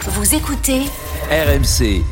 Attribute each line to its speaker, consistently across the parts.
Speaker 1: Vous écoutez
Speaker 2: RMC.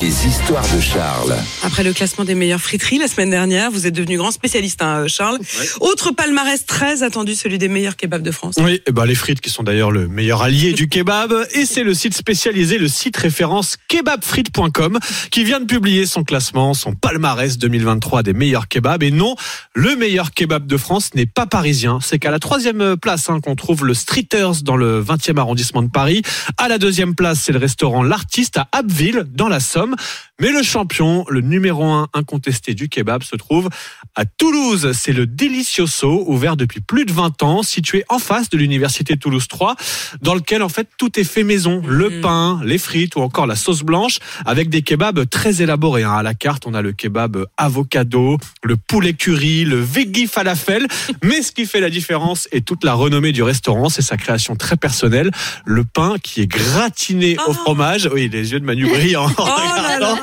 Speaker 2: Les histoires de Charles.
Speaker 3: Après le classement des meilleures friteries la semaine dernière, vous êtes devenu grand spécialiste, hein, Charles. Autre palmarès très attendu, celui des meilleurs kebabs de France.
Speaker 4: Oui, et ben les frites qui sont d'ailleurs le meilleur allié du kebab. Et c'est le site spécialisé, le site référence kebabfrites.com qui vient de publier son classement, son palmarès 2023 des meilleurs kebabs. Et non, le meilleur kebab de France n'est pas parisien. C'est qu'à la troisième place hein, qu'on trouve le Streeters dans le 20e arrondissement de Paris. À la deuxième place, c'est le restaurant L'Artiste à Abbeville dans la Somme. Mais le champion, le numéro un incontesté du kebab, se trouve à Toulouse. C'est le Delicioso, ouvert depuis plus de 20 ans, situé en face de l'université Toulouse 3, dans lequel en fait tout est fait maison.
Speaker 3: Mm.
Speaker 4: Le pain, les frites ou encore la sauce blanche, avec des kebabs très élaborés. hein. À la carte, on a le kebab avocado, le poulet curry, le veggie falafel. Mais ce qui fait la différence et toute la renommée du restaurant, c'est sa création très personnelle. Le pain qui est gratiné au
Speaker 3: Ah.
Speaker 4: fromage. Oui, les yeux de Manu brillent en
Speaker 3: Oh là
Speaker 4: regardant.
Speaker 3: là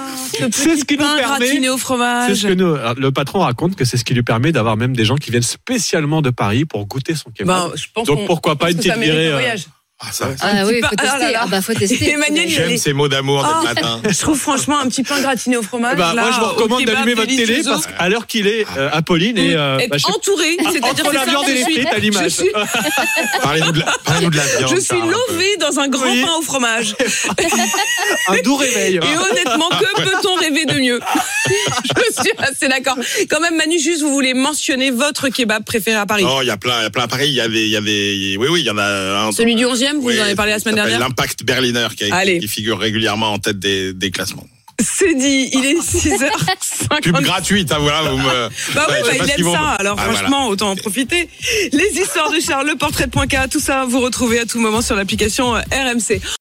Speaker 4: C'est ce qui nous
Speaker 3: pain
Speaker 4: permet-
Speaker 3: gratiné au
Speaker 4: C'est
Speaker 3: fromage.
Speaker 4: ce que nous- alors, le patron raconte que c'est ce qui lui permet d'avoir même des gens qui viennent spécialement de Paris pour goûter son kebab.
Speaker 3: Ben, je pense
Speaker 4: Donc
Speaker 3: qu'on-
Speaker 4: pourquoi pas
Speaker 3: je
Speaker 4: une
Speaker 3: pense que ça
Speaker 4: petite
Speaker 3: mérite
Speaker 4: virée,
Speaker 3: un
Speaker 4: euh,
Speaker 3: voyage.
Speaker 5: Ah, ça,
Speaker 6: Ah oui,
Speaker 3: Petit pain-
Speaker 6: faut tester.
Speaker 3: ah là là.
Speaker 6: Ah bah, faut tester.
Speaker 3: Emmanuel, il
Speaker 5: j'aime
Speaker 3: est-
Speaker 5: ces mots d'amour
Speaker 3: Oh.
Speaker 5: dès le matin.
Speaker 3: Je trouve franchement un petit pain gratiné au fromage.
Speaker 4: Bah,
Speaker 3: là,
Speaker 4: moi, je vous
Speaker 3: au
Speaker 4: recommande
Speaker 3: kebab Ah.
Speaker 4: d'allumer votre télé
Speaker 3: delicioso.
Speaker 4: parce qu'à l'heure qu'il est, euh, Apolline et euh,
Speaker 3: Être
Speaker 4: bah, je sais-
Speaker 3: entouré, c'est-à-dire
Speaker 4: entre
Speaker 3: c'est
Speaker 4: la
Speaker 3: ça,
Speaker 4: viande et
Speaker 3: je
Speaker 4: les
Speaker 3: suis-
Speaker 4: frites à
Speaker 3: je
Speaker 4: l'image.
Speaker 3: suis
Speaker 5: Parlez-nous de, la- parlez-nous de la viande.
Speaker 3: Je suis
Speaker 5: Charles, un peu.
Speaker 3: lovée dans un grand
Speaker 4: Oui.
Speaker 3: pain au fromage.
Speaker 4: Un doux réveil.
Speaker 3: Et
Speaker 5: Ah.
Speaker 3: honnêtement, que peut-on rêver de mieux Je suis assez d'accord. Quand même, Manu, juste, vous voulez mentionner votre kebab préféré à Paris.
Speaker 5: Non, il y a plein, il y a plein à Paris. Il y avait, il y avait, oui, oui, il y en a un.
Speaker 3: Celui du 11e, vous
Speaker 5: bah, Oui,
Speaker 3: en avez parlé la
Speaker 5: qui
Speaker 3: semaine
Speaker 5: s'appelle
Speaker 3: dernière.
Speaker 5: L'impact Berliner qui, a-
Speaker 3: Allez.
Speaker 5: qui figure régulièrement en tête des, des classements.
Speaker 3: C'est dit, il est
Speaker 5: Pub
Speaker 3: 6h50.
Speaker 5: gratuite, hein, voilà. Vous me...
Speaker 3: Bah oui,
Speaker 5: Ouais, je
Speaker 3: bah,
Speaker 5: sais pas
Speaker 3: il
Speaker 5: ce
Speaker 3: aime
Speaker 5: qu'ils vont-
Speaker 3: ça. Alors
Speaker 5: Ah, voilà.
Speaker 3: franchement, autant en profiter. Les histoires de Charles, le portrait de Poincaré, tout ça, vous retrouvez à tout moment sur l'application euh, RMC.